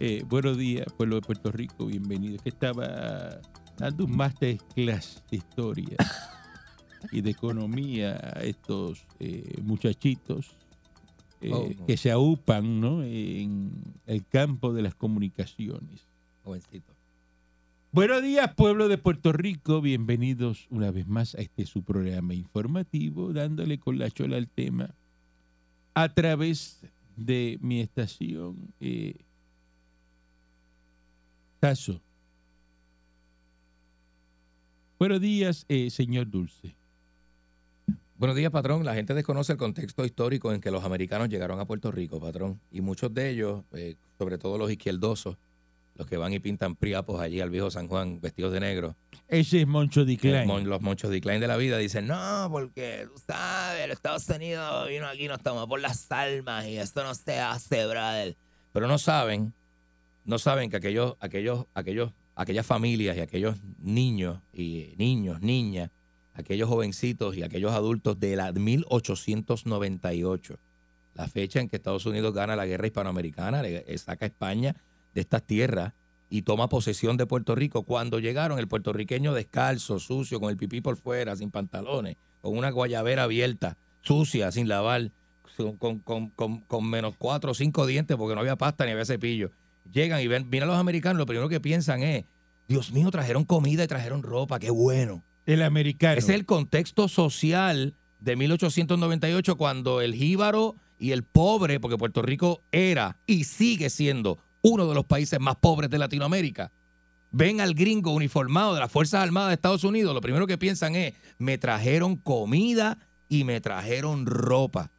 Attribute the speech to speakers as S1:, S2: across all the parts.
S1: Eh, buenos días, pueblo de Puerto Rico, bienvenido. Que estaba dando un masterclass de historia y de economía a estos eh, muchachitos eh,
S2: Oh.
S1: que se aupan ¿no? en el campo de las comunicaciones.
S2: Jovencito.
S1: Buenos días, pueblo de Puerto Rico. Bienvenidos una vez más a este su programa informativo, dándole con la chola al tema a través de mi estación. Eh, Tazo. Buenos días, eh, señor Dulce.
S2: Buenos días, patrón. La gente desconoce el contexto histórico en que los americanos llegaron a Puerto Rico, patrón. Y muchos de ellos, eh, sobre todo los izquierdosos, los que van y pintan priapos allí al viejo San Juan vestidos de negro,
S1: Ese es Moncho Diclan.
S2: mon- los monchos decline de la vida, dicen, no, porque tú sabes, los Estados Unidos vino aquí, nos tomó por las almas y esto no se hace, brother. Pero no saben, no saben que aquellos, aquellos, aquellos, aquellas familias y aquellos niños y niños, niñas, aquellos jovencitos y aquellos adultos de la 1898, la fecha en que Estados Unidos gana la guerra hispanoamericana, le- eh, saca a España de estas tierras y toma posesión de Puerto Rico. Cuando llegaron, el puertorriqueño descalzo, sucio, con el pipí por fuera, sin pantalones, con una guayabera abierta, sucia, sin lavar, con, con- con- con- con menos cuatro o cinco dientes porque no había pasta ni había cepillo. Llegan y ven, miren a los americanos, lo primero que piensan es, Dios mío, trajeron comida y trajeron ropa, qué bueno.
S1: El americano.
S2: Es el contexto social de 1898 cuando el jíbaro y el pobre, porque Puerto Rico era y sigue siendo uno de los países más pobres de Latinoamérica, ven al gringo uniformado de las Fuerzas Armadas de Estados Unidos, lo primero que piensan es, me trajeron comida y me trajeron ropa.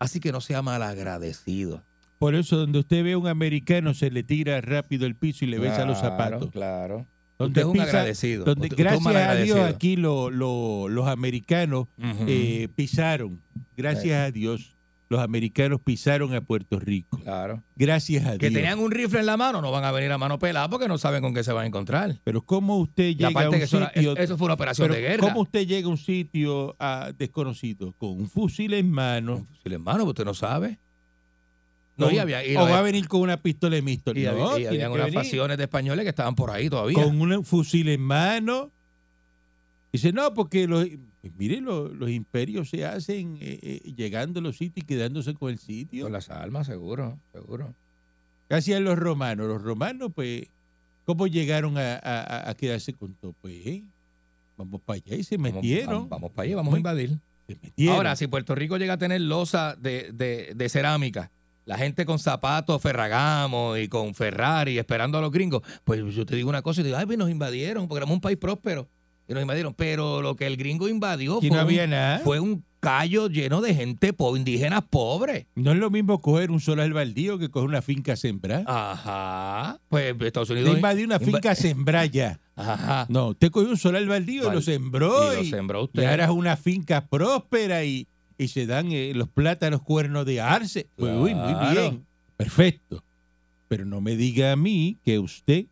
S2: Así que no sea malagradecido.
S1: Por eso, donde usted ve a un americano, se le tira rápido el piso y le besa los zapatos.
S2: Claro.
S1: Donde
S2: Usted es un
S1: pisa-
S2: agradecido.
S1: donde
S2: Usted- usted es un
S1: gracias a Dios
S2: malagradecido.
S1: aquí lo- lo- los americanos
S2: Ujú.
S1: eh, pisaron, gracias
S2: Sí.
S1: a Dios, los americanos pisaron a Puerto Rico.
S2: Claro.
S1: Gracias a
S2: Que
S1: Dios.
S2: tenían un rifle en la mano, no van a venir a mano pelada porque no saben con qué se van a encontrar.
S1: Pero cómo usted
S2: Y
S1: llega a
S2: aparte
S1: un
S2: que eso, era-
S1: sitio,
S2: eso fue una operación
S1: pero
S2: de guerra.
S1: cómo usted llega a un sitio ah, desconocido con un fusil en mano,
S2: Si el hermano, usted no sabe. No,
S1: con-
S2: y había, y
S1: o va
S2: había-
S1: a venir con una pistola de Mistol,
S2: y
S1: no,
S2: había- y
S1: tiene
S2: habían
S1: que
S2: unas
S1: venir
S2: facciones de españoles que estaban por ahí todavía.
S1: con un fusil en mano. Dice no porque los pues mire lo- los imperios se hacen eh, eh, llegando a los sitios y quedándose con el sitio.
S2: Con las armas, seguro, seguro.
S1: ¿Qué hacían los romanos? Los romanos, pues, ¿cómo llegaron a, a- a- a quedarse con todo? Pues, eh, vamos para allá y se
S2: Vamos-
S1: metieron.
S2: Vamos, vamos para allá, vamos a
S1: Muy-
S2: invadir.
S1: se metieron.
S2: Ahora, si Puerto Rico llega a tener losa de, de- de cerámica, la gente con zapatos Ferragamo y con Ferrari esperando a los gringos, pues yo te digo una cosa y te digo, ay, pues nos invadieron porque éramos un país próspero y nos invadieron. Pero lo que el gringo invadió
S1: Aquí
S2: fue,
S1: no
S2: un-
S1: había nada.
S2: fue un callo lleno de gente po- indígenas pobres.
S1: No es lo mismo coger un solar baldío que coger una finca sembrada.
S2: Ajá. Pues Estados
S1: Te
S2: Unidos.
S1: invadió una
S2: inva-
S1: finca sembrada ya.
S2: Ajá.
S1: No, usted cogió un solar baldío y
S2: Val-
S1: lo sembró.
S2: y
S1: Y,
S2: lo sembró
S1: y
S2: usted.
S1: ahora es una finca próspera y, y se dan eh, los plátanos cuernos de arce. Pues, uy, muy
S2: Claro.
S1: bien. Perfecto. Pero no me diga a mí que usted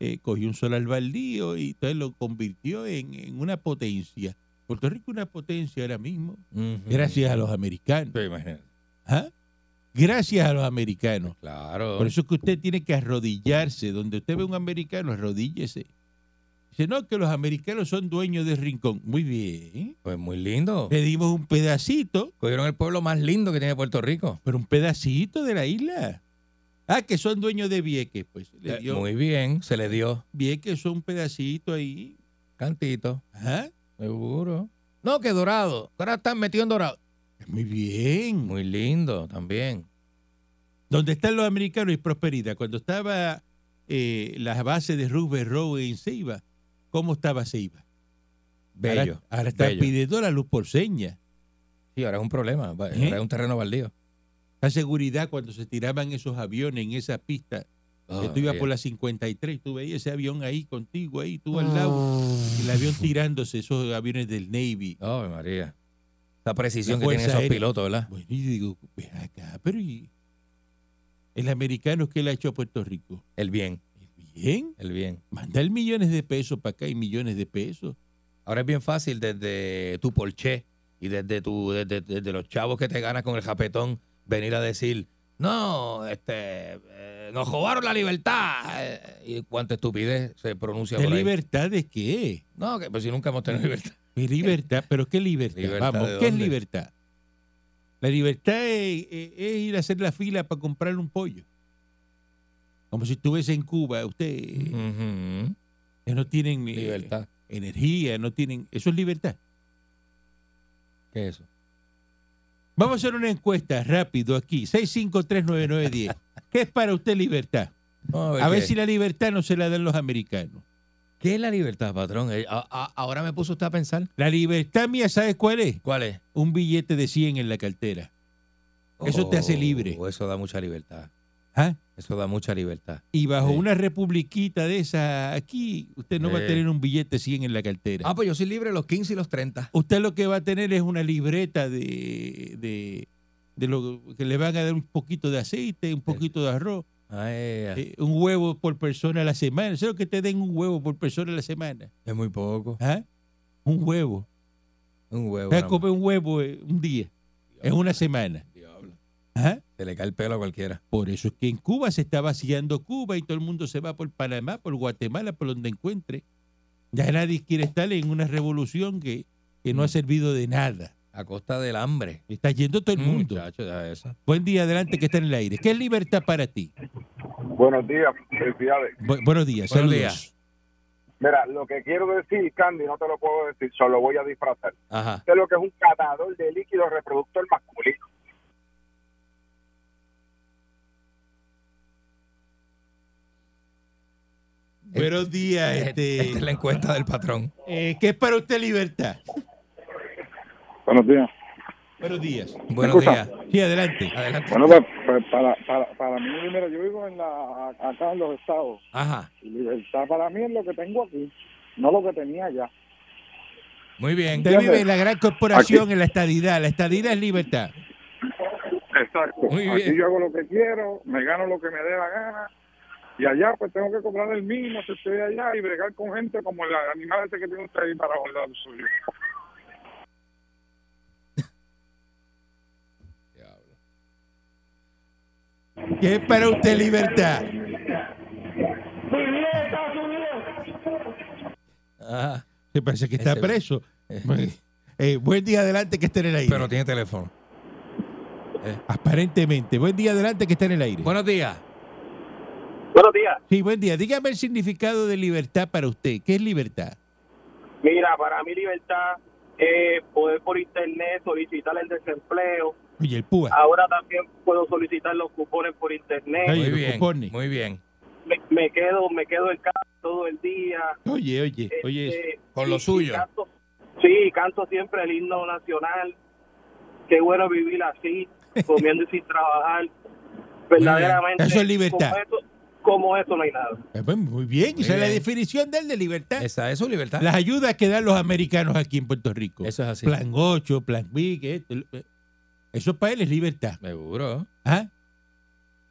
S1: eh, cogió un solar baldío y entonces lo convirtió en, en una potencia. Puerto Rico es una potencia ahora mismo,
S2: Ujú.
S1: gracias a los americanos.
S2: Sí, imagínate.
S1: ¿Ah? Gracias a los americanos.
S2: Claro.
S1: Por eso es que usted tiene que arrodillarse. Donde usted ve un americano, arrodíllese. Dice, no, que los americanos son dueños del rincón. Muy bien.
S2: Pues muy lindo.
S1: Le dimos un pedacito,
S2: Cogieron el pueblo más lindo que tiene Puerto Rico.
S1: pero un pedacito de la isla. Ah, que son dueños de Vieques. Pues le
S2: Eh,
S1: dio
S2: Muy bien, se le dio.
S1: Vieques son un pedacito ahí.
S2: Cantito.
S1: Ajá.
S2: Seguro. No, que dorado. Ahora están metidos en dorado.
S1: Muy bien.
S2: Muy lindo también.
S1: Donde están los americanos y prosperidad. Cuando estaba eh, la base de Roosevelt Row en Ceiba, ¿cómo estaba Ceiba?
S2: Bello.
S1: Ahora, ahora está
S2: bello.
S1: pidiendo la luz por señas.
S2: Sí, ahora es un problema. va-
S1: ¿Eh?
S2: Ahora es un terreno baldío.
S1: La seguridad cuando se tiraban esos aviones en esa pista.
S2: Ah,
S1: que tú ibas por la 53 y tú veías ese avión ahí contigo, ahí tú al lado. y El avión tirándose, esos aviones del Navy.
S2: Ah. Ave María. La precisión
S1: La
S2: que tienen
S1: Fuerza
S2: esos
S1: Aérea.
S2: pilotos, ¿verdad?
S1: Bueno, y digo, ve acá, pero ¿y el americano que le ha hecho a Puerto Rico?
S2: El bien,
S1: Bien,
S2: el bien.
S1: mandar millones de pesos para acá y millones de pesos.
S2: Ahora es bien fácil desde tu Porsche y desde, tu, desde, desde los chavos que te ganas con el japetón venir a decir, no, este, eh, nos robaron la libertad. eh, y cuánta estupidez se pronuncia
S1: ¿De
S2: por ahí.
S1: libertad de qué?
S2: No, que, pues si nunca hemos tenido libertad.
S1: ¿De libertad? ¿Pero qué libertad?
S2: ¿Libertad
S1: Vamos,
S2: de
S1: ¿qué es
S2: dónde?
S1: libertad? La libertad es, es- es ir a hacer la fila para comprar un pollo. Como si estuviese en Cuba, usted
S2: Ujú.
S1: eh, no tienen eh,
S2: Libertad.
S1: energía, no tienen... Eso es libertad.
S2: ¿Qué es eso?
S1: Vamos a hacer una encuesta rápido aquí. 6539910. ¿Qué es para usted libertad?
S2: Vamos
S1: A ver
S2: qué-
S1: si la libertad no se la dan los americanos.
S2: ¿Qué es la libertad, patrón? Eh, a- a- ahora me puso usted a pensar.
S1: La libertad mía, ¿sabes cuál es?
S2: ¿Cuál es?
S1: Un billete de 100 en la cartera. Eso te hace libre.
S2: Oh, Eso da mucha libertad.
S1: ¿Ah?
S2: Eso da mucha libertad.
S1: Y bajo
S2: Sí.
S1: una republiquita de esa aquí, usted no va a
S2: Sí.
S1: tener un billete 100 en la cartera.
S2: Ah, pues yo soy libre los 15 y los 30.
S1: Usted lo que va a tener es una libreta de, de, de lo que le van a dar un poquito de aceite, un poquito de arroz,
S2: Ay,
S1: eh, un huevo por persona a la semana. Eso es lo que te den un huevo por persona a la semana.
S2: es muy poco.
S1: ¿Ah? Un huevo.
S2: Un huevo.
S1: Vas a
S2: nada
S1: comer un huevo eh, un día,
S2: más.
S1: en una semana.
S2: Diablo.
S1: ¿Ah?
S2: Se le cae el pelo a cualquiera.
S1: Por eso es que en Cuba se está vaciando Cuba y todo el mundo se va por Panamá, por Guatemala, por donde encuentre. Ya nadie quiere estar en una revolución que, que no ha servido de nada.
S2: Mm. A costa del hambre.
S1: Está yendo todo el mundo.
S2: Muchacho, ya eso.
S1: Buen día, adelante, que está en el aire. ¿Qué es libertad para ti?
S3: Buenos días, felicidades.
S1: Bu- buenos días,
S2: Buenos
S1: saludos.
S2: días.
S3: Mira, lo que quiero decir, Candy, no te lo puedo decir, solo voy a disfrazar.
S2: Ajá.
S3: Este es lo que es un catador de líquido reproductor masculino.
S1: Buenos días. Este,
S2: eh, Esta es la encuesta del patrón.
S1: eh, ¿Qué es para usted libertad?
S4: Buenos días.
S1: Buenos días.
S2: Buenos
S4: escucha?
S2: días.
S1: Sí, adelante.
S2: Adelante.
S4: Bueno, pues, pues, para, para, para mí, mira, yo vivo en la, acá en los estados.
S2: Ajá.
S4: Y libertad para mí es lo que tengo aquí, no lo que tenía allá.
S2: Muy bien.
S1: Usted vive en la gran corporación, en la estadidad. La estadidad es libertad.
S4: Exacto.
S2: Muy
S4: aquí
S2: bien.
S4: yo hago lo que quiero, me gano lo que me dé la gana. Y allá, pues tengo que comprar el mismo que estoy allá y bregar con gente como el animal ese que tiene usted ahí para guardar suyo.
S1: ¿Qué es para usted libertad?
S2: Ajá.
S1: Se parece que está
S2: Ah. Ese-
S1: preso. Eh, buen día adelante que esté en el aire.
S2: Pero tiene teléfono. Eh.
S1: Aparentemente. Buen día adelante que esté en el aire.
S2: Buenos días.
S3: Buenos días.
S1: sí, buen día. Dígame el significado de libertad para usted. ¿Qué es libertad?
S3: Mira, para mí libertad es poder por internet solicitar el desempleo.
S1: Oye, el púa.
S3: Ahora también puedo solicitar los cupones por internet.
S1: Ay.
S2: Muy
S1: los
S2: bien.
S1: cupones.
S2: Muy bien.
S3: Me, me quedo me quedo en casa todo el día.
S1: Oye, oye, oye. eso.
S3: Este,
S2: Con lo
S3: y- y
S2: suyo.
S3: canto- sí, canto siempre el himno nacional. Qué bueno vivir así, comiendo y sin trabajar. Verdaderamente.
S1: Eso es libertad.
S3: Como eso, como eso no hay nada.
S1: Eh, pues, Muy bien.
S2: Muy
S1: Esa es la
S2: bien.
S1: definición de, él de libertad.
S2: Esa es su libertad.
S1: Las ayudas que dan los americanos aquí en Puerto Rico.
S2: Eso es así.
S1: Plan 8, Plan B. que esto, lo- eh, eso para él es libertad.
S2: Seguro.
S1: ¿Ah?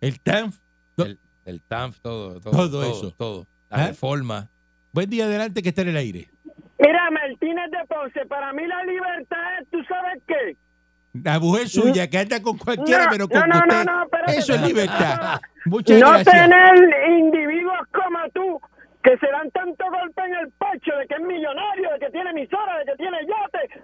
S1: El TANF. No.
S2: El, el TAMF, todo, todo.
S1: Todo eso.
S2: Todo. La
S1: ¿Ah?
S2: reforma.
S1: Buen día adelante que esté en el aire.
S5: Mira, Martínez de Ponce, para mí la libertad es, ¿tú sabes qué?
S1: La mujer suya que anda con cualquiera,
S5: No,
S1: pero con
S5: no, no,
S1: usted.
S5: no, no, espérate,
S1: eso es
S5: espérate.
S1: libertad. Muchas
S5: No
S1: gracias.
S5: tener individuos como tú que se dan tanto golpe en el pecho de que es millonario, de que tiene emisora, de que tiene yate.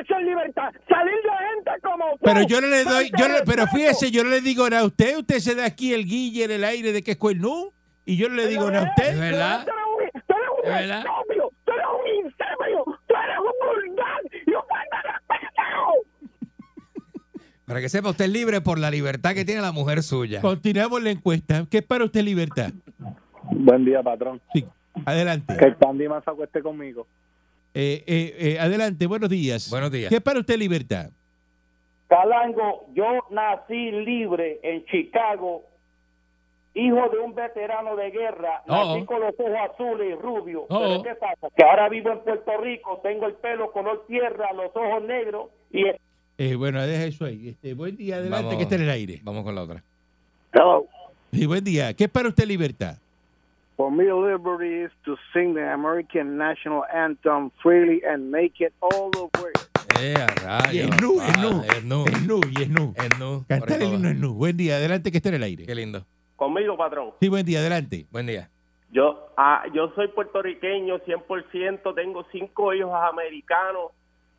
S5: Eso es libertad. Salir de gente como tú.
S1: Pero yo no le doy,
S5: Falta
S1: yo no-
S5: de
S1: pero
S5: respeto.
S1: fíjese, yo no le digo nada a usted, usted se da aquí el guille en el aire de que es cuernú, y yo no le digo nada a
S5: Pero
S1: usted.
S2: Es verdad.
S5: Tú eres un, tú eres un
S2: Es verdad.
S5: estúpido, tú eres un insebrio, tú eres un vulgar y un falta de respeto.
S2: Para que sepa, usted es libre por la libertad que tiene la mujer suya.
S1: Continuamos la encuesta. ¿Qué es para usted libertad?
S4: Buen día, patrón.
S1: Sí, adelante.
S4: Que el Candy más acueste conmigo.
S1: Eh, eh, eh, adelante, buenos días.
S2: Buenos días.
S1: ¿Qué es para usted libertad?
S6: Calango, yo nací libre en Chicago, hijo de un veterano de guerra,
S2: Oh.
S6: nací con los ojos azules y rubios.
S2: Oh.
S6: Pero ¿qué pasa? Que ahora vivo en Puerto Rico, tengo el pelo color tierra, los ojos negros y
S1: Eh, bueno, deja eso ahí. Este, buen día, adelante,
S2: Vamos.
S1: que está en el aire.
S2: Vamos con la otra.
S7: Hello.
S1: Y buen día. ¿Qué es para usted libertad?
S7: For me, liberty is to sing the American national anthem freely and make it all the way.
S2: Eh, a
S1: Y
S2: rayos,
S1: es nu,
S2: papá,
S1: es nu.
S2: Es nu.
S1: Es nu, y es nu.
S2: Es nu.
S1: Cantar el himno es nu. Buen día, adelante, que está en el aire.
S2: Qué lindo.
S3: Conmigo, patrón.
S1: Sí, buen día, adelante.
S2: Buen día.
S3: Yo, ah, yo soy puertorriqueño 100%, tengo cinco hijos americanos,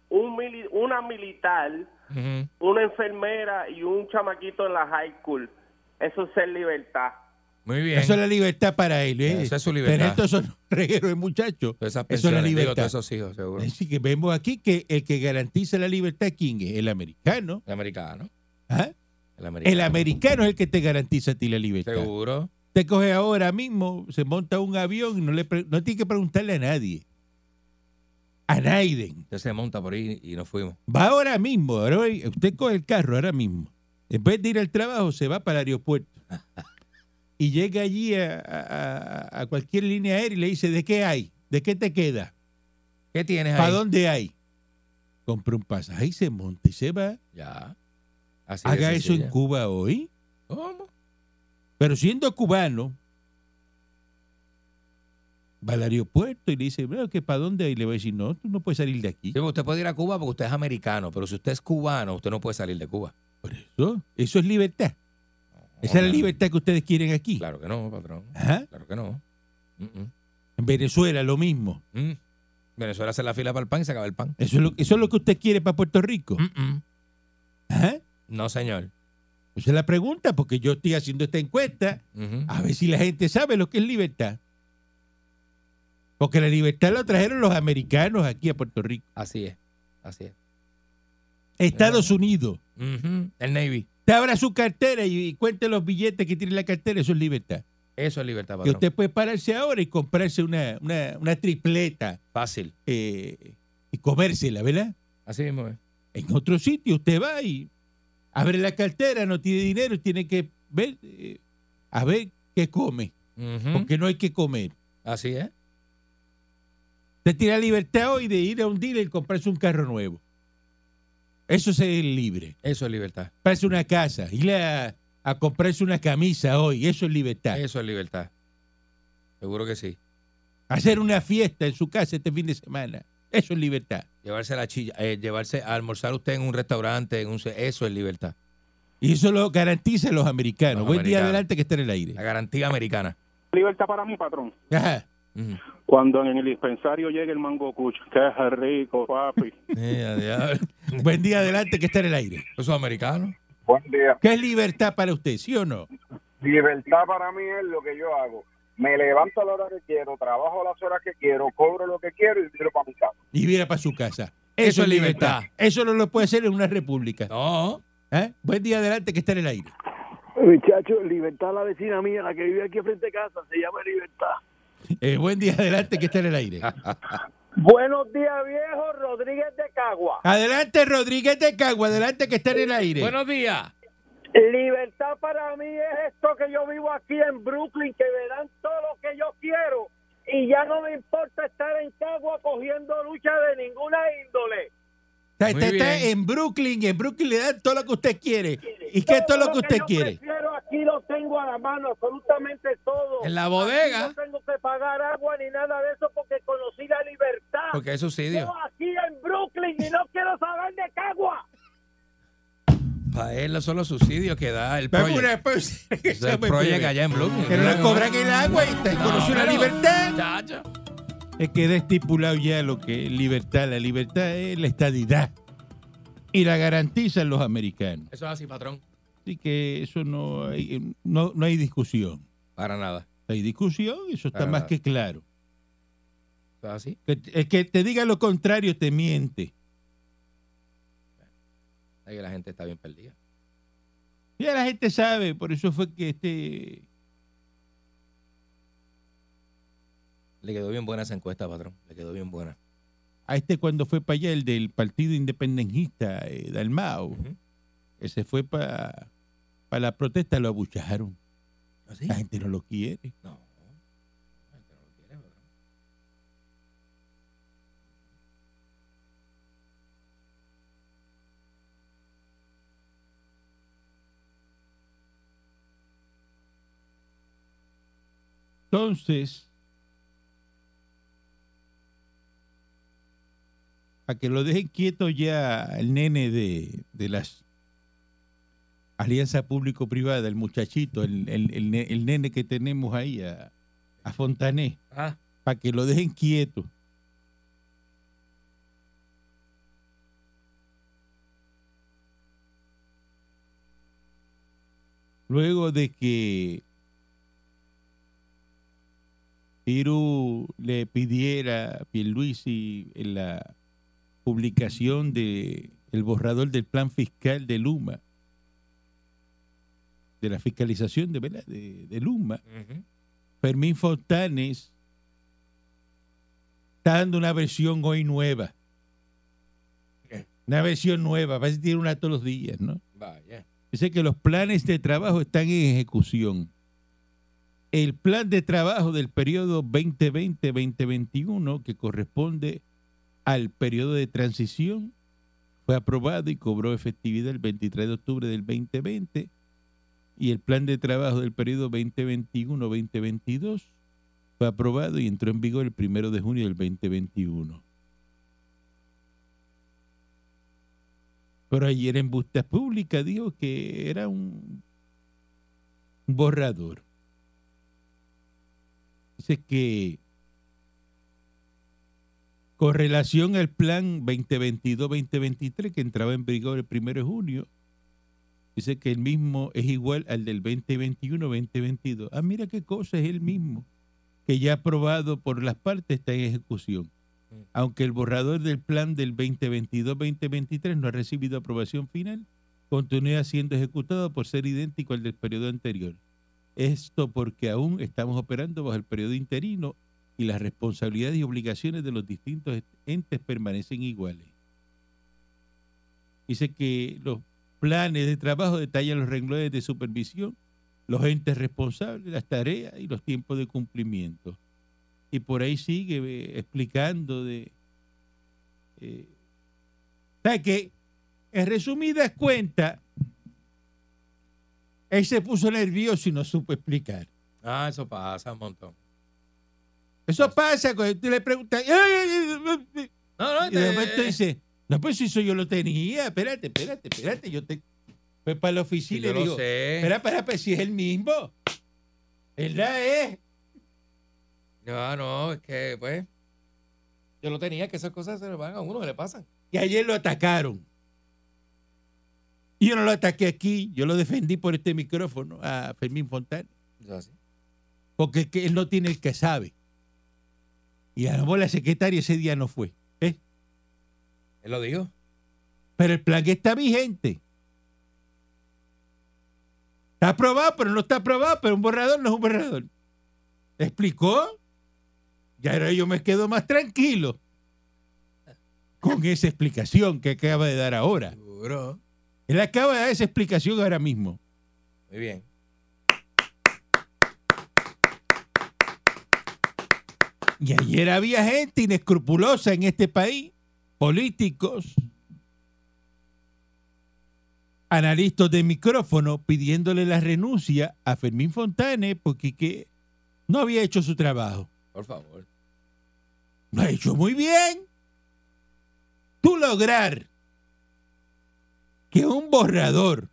S3: un mili- una militar,
S2: Ujú.
S3: una enfermera y un chamaquito en la high school. Eso es ser libertad.
S2: Muy bien.
S1: Eso es la libertad para él. ¿eh?
S2: Esa es su libertad.
S1: Tener todos esos regueros de muchachos.
S2: Todas esas
S1: Eso es la
S2: pensiones, digo,
S1: libertad.
S2: todos esos hijos, seguro.
S1: Así que vemos aquí que el que garantiza la libertad, ¿quién es? El americano.
S2: El americano.
S1: ¿ah?
S2: El americano.
S1: El americano es el que te garantiza a ti la libertad.
S2: Seguro.
S1: Te coge ahora mismo, se monta un avión y no, le pre- no tiene que preguntarle a nadie. A Naiden.
S2: Usted se monta por ahí y nos fuimos.
S1: Va ahora mismo. ahora hoy- usted coge el carro ahora mismo. En vez de ir al trabajo, se va para el aeropuerto. Y llega allí a, a- a- a cualquier línea aérea y le dice, ¿de qué hay? ¿De qué te queda?
S2: ¿Qué tienes
S1: ¿Para
S2: ahí?
S1: dónde hay? Compra un pasaje y se monta y se va.
S2: Ya. Así de
S1: Haga eso
S2: sencillo.
S1: en Cuba hoy.
S2: ¿Cómo?
S1: Pero siendo cubano, va al aeropuerto y le dice, bueno, ¿que para dónde? hay?" Y le va a decir, no, tú no puedes salir de aquí.
S2: Sí, porque usted puede ir a Cuba porque usted es americano, pero si usted es cubano, usted no puede salir de Cuba.
S1: Por eso, eso es libertad. Esa es la
S2: claro.
S1: libertad que ustedes quieren aquí.
S2: Claro que no, patrón.
S1: Ajá.
S2: Claro que no. Mm,
S1: En Venezuela lo mismo.
S2: mm, mm. Venezuela hace la fila para el pan y se acaba el pan.
S1: Eso es lo, eso es lo que usted quiere para Puerto Rico.
S2: Mm, mm.
S1: Ajá.
S2: No, señor.
S1: Esa es la pregunta, porque yo estoy haciendo esta encuesta
S2: Ujú.
S1: a ver si la gente sabe lo que es libertad. Porque la libertad la trajeron los americanos aquí a Puerto Rico.
S2: Así es. Así es.
S1: Estados Unidos.
S2: Ujú. El Navy.
S1: Te abra su cartera y, y cuente los billetes que tiene en la cartera, eso es libertad.
S2: Eso es libertad,
S1: Que
S2: patrón.
S1: usted puede pararse ahora y comprarse una, una, una tripleta
S2: Fácil.
S1: eh, y comérsela, ¿verdad?
S2: Así mismo es.
S1: En otro sitio usted va y abre la cartera, no tiene dinero, tiene que ver eh, a ver qué come,
S2: Ujú.
S1: porque no hay que comer.
S2: Así es.
S1: Usted tiene la libertad hoy de ir a un dealer y comprarse un carro nuevo. Eso es ser libre.
S2: Eso es libertad.
S1: Comprarse una casa, ir a, a comprarse una camisa hoy, eso es libertad.
S2: Eso es libertad. Seguro que sí.
S1: hacer una fiesta en su casa este fin de semana. Eso es libertad.
S2: Llevarse a la chilla, eh, llevarse a almorzar usted en un restaurante, en un ce- eso es libertad.
S1: Y eso lo garantizan los americanos.
S2: Los
S1: Buen día
S2: americanos.
S1: adelante que está en el
S2: La
S1: aire.
S2: garantía americana.
S3: Libertad para mí, patrón.
S1: Ajá.
S2: Ujú.
S3: Cuando en el dispensario llegue el mango cucho. Qué rico, papi.
S2: Eh, a diablo.
S1: Buen día adelante que está en el aire.
S2: Eso es americano.
S4: Buen día.
S1: ¿Qué es libertad para usted, sí o no?
S4: Libertad para mí es lo que yo hago. Me levanto a la hora que quiero, trabajo las horas que quiero, cobro lo que quiero y tiro para mi casa.
S1: Y viera para su casa. Eso,
S2: Eso
S1: es
S2: es
S1: libertad.
S2: libertad.
S1: Eso no lo puede hacer en una república.
S2: No.
S1: ¿Eh? Buen día adelante que está en el aire.
S7: Muchachos, libertad la vecina mía, la que vive aquí frente a casa, se llama libertad.
S1: Eh, buen día adelante que está en el aire.
S5: Buenos días, viejo Rodríguez de Cagua.
S1: Adelante Rodríguez de Cagua, adelante que está en el aire.
S2: Buenos días.
S5: Libertad para mí es esto que yo vivo aquí en Brooklyn, que me dan todo lo que yo quiero y ya no me importa estar en Cagua cogiendo lucha de ninguna índole.
S1: Está- está-
S2: Muy
S1: está
S2: bien.
S1: en Brooklyn y en Brooklyn le dan todo lo que usted quiere. ¿Y qué es todo lo que usted
S5: yo
S1: quiere?
S5: prefiero aquí lo tengo a la mano, absolutamente todo.
S2: En la bodega.
S5: Aquí no tengo que pagar agua ni nada de eso porque conocí la libertad.
S2: Porque es subsidio.
S5: Yo aquí en Brooklyn y no quiero saber de Cagua.
S2: Para él son los subsidios que da el
S1: Vamos
S2: proyecto.
S1: una pausa, que
S2: El
S1: estamos en
S2: proyecto
S1: breve.
S2: allá en Brooklyn.
S1: Que no la cobran el agua y te conoció la
S2: pero-
S1: libertad.
S2: Chacho.
S1: Es que queda estipulado ya lo que es libertad. La libertad es la estadidad. Y la garantizan los americanos.
S2: Eso es así, patrón.
S1: Así que eso no hay, no, no hay discusión.
S2: Para nada.
S1: No hay discusión, eso está
S2: Para
S1: más
S2: nada.
S1: que claro.
S2: Eso es así.
S1: Que- El que te diga lo contrario te miente.
S2: Ahí la gente está bien perdida.
S1: Ya la gente sabe, por eso fue que este
S2: Le quedó bien buena esa encuesta, patrón. Le quedó bien buena.
S1: a este cuando fue para allá, el del partido independentista, eh, Dalmao,
S2: Ujú.
S1: que se fue para la protesta, lo abucharon.
S2: ¿Así?
S1: La gente no lo quiere.
S2: ¿Ah, No.
S1: Entonces, a que lo dejen quieto ya el nene de, de las alianza público-privada, el muchachito, el, el- el ne- el nene que tenemos ahí, a, a Fontané,
S2: Ah,
S1: para que lo dejen quieto. Luego de que Tiru le pidiera a Pierluisi en la publicación de el borrador del plan fiscal de Luma, de la fiscalización de, ¿verdad? de, de Luma,
S2: ujú.
S1: Fermín Fontanes está dando una versión hoy nueva. Una versión nueva, va a tiene una todos los días, ¿no?
S2: Vaya.
S1: Dice que los planes de trabajo están en ejecución. El plan de trabajo del periodo 2020-2021, que corresponde al periodo de transición, fue aprobado y cobró efectividad el 23 de octubre del 2020. Y el plan de trabajo del periodo 2021-2022 fue aprobado y entró en vigor el 1 de junio del 2021. Pero ayer en Bustas Pública dijo que era un un borrador. Dice que con relación al plan 2022-2023 que entraba en vigor el 1 de junio, dice que el mismo es igual al del 2021-2022. Ah, mira qué cosa, es el mismo, que ya aprobado por las partes está en ejecución aunque el borrador del plan del 2022-2023 no ha recibido aprobación final, continúa siendo ejecutado por ser idéntico al del periodo anterior. Esto porque aún estamos operando bajo el periodo interino y las responsabilidades y obligaciones de los distintos est- entes permanecen iguales. Dice que los planes de trabajo detallan los renglones de supervisión, los entes responsables, las tareas y los tiempos de cumplimiento y por ahí sigue eh, explicando de eh, o sea que en resumidas cuentas él se puso nervioso y no supo explicar
S2: Ah, eso pasa un montón.
S1: eso pasa cuando tú le preguntas "Ay, ay, ay, ay",
S2: No, este, eh, no,
S1: y de
S2: te-
S1: momento dice no pues si eso yo lo tenía espérate espérate espérate yo te fue para la
S2: Sí,
S1: oficina
S2: yo
S1: y le
S2: lo
S1: digo
S2: sé.
S1: espera espera pues si es el mismo ¿verdad eh? es?
S2: No, no, es que, pues. Yo lo tenía, que esas cosas se le van a uno, se le pasan.
S1: Y ayer lo atacaron. Y yo no lo ataqué aquí, yo lo defendí por este micrófono a Fermín Fontana,
S2: Eso es así.
S1: porque es que él no tiene el que sabe. Y a la secretaria ese día no fue. ¿ves?
S2: Él lo dijo.
S1: Pero el plan que está vigente. Está aprobado, pero no está aprobado, pero un borrador no es un borrador. ¿Explicó? Ya ahora yo me quedo más tranquilo con esa explicación que acaba de dar ahora.
S2: Seguro.
S1: Él acaba de dar esa explicación ahora mismo.
S2: Muy bien.
S1: Y ayer había gente inescrupulosa en este país, políticos, analistas de micrófono pidiéndole la renuncia a Fermín Fontane porque que no había hecho su trabajo.
S2: Por favor.
S1: Lo ha hecho muy bien. Tú lograr que un borrador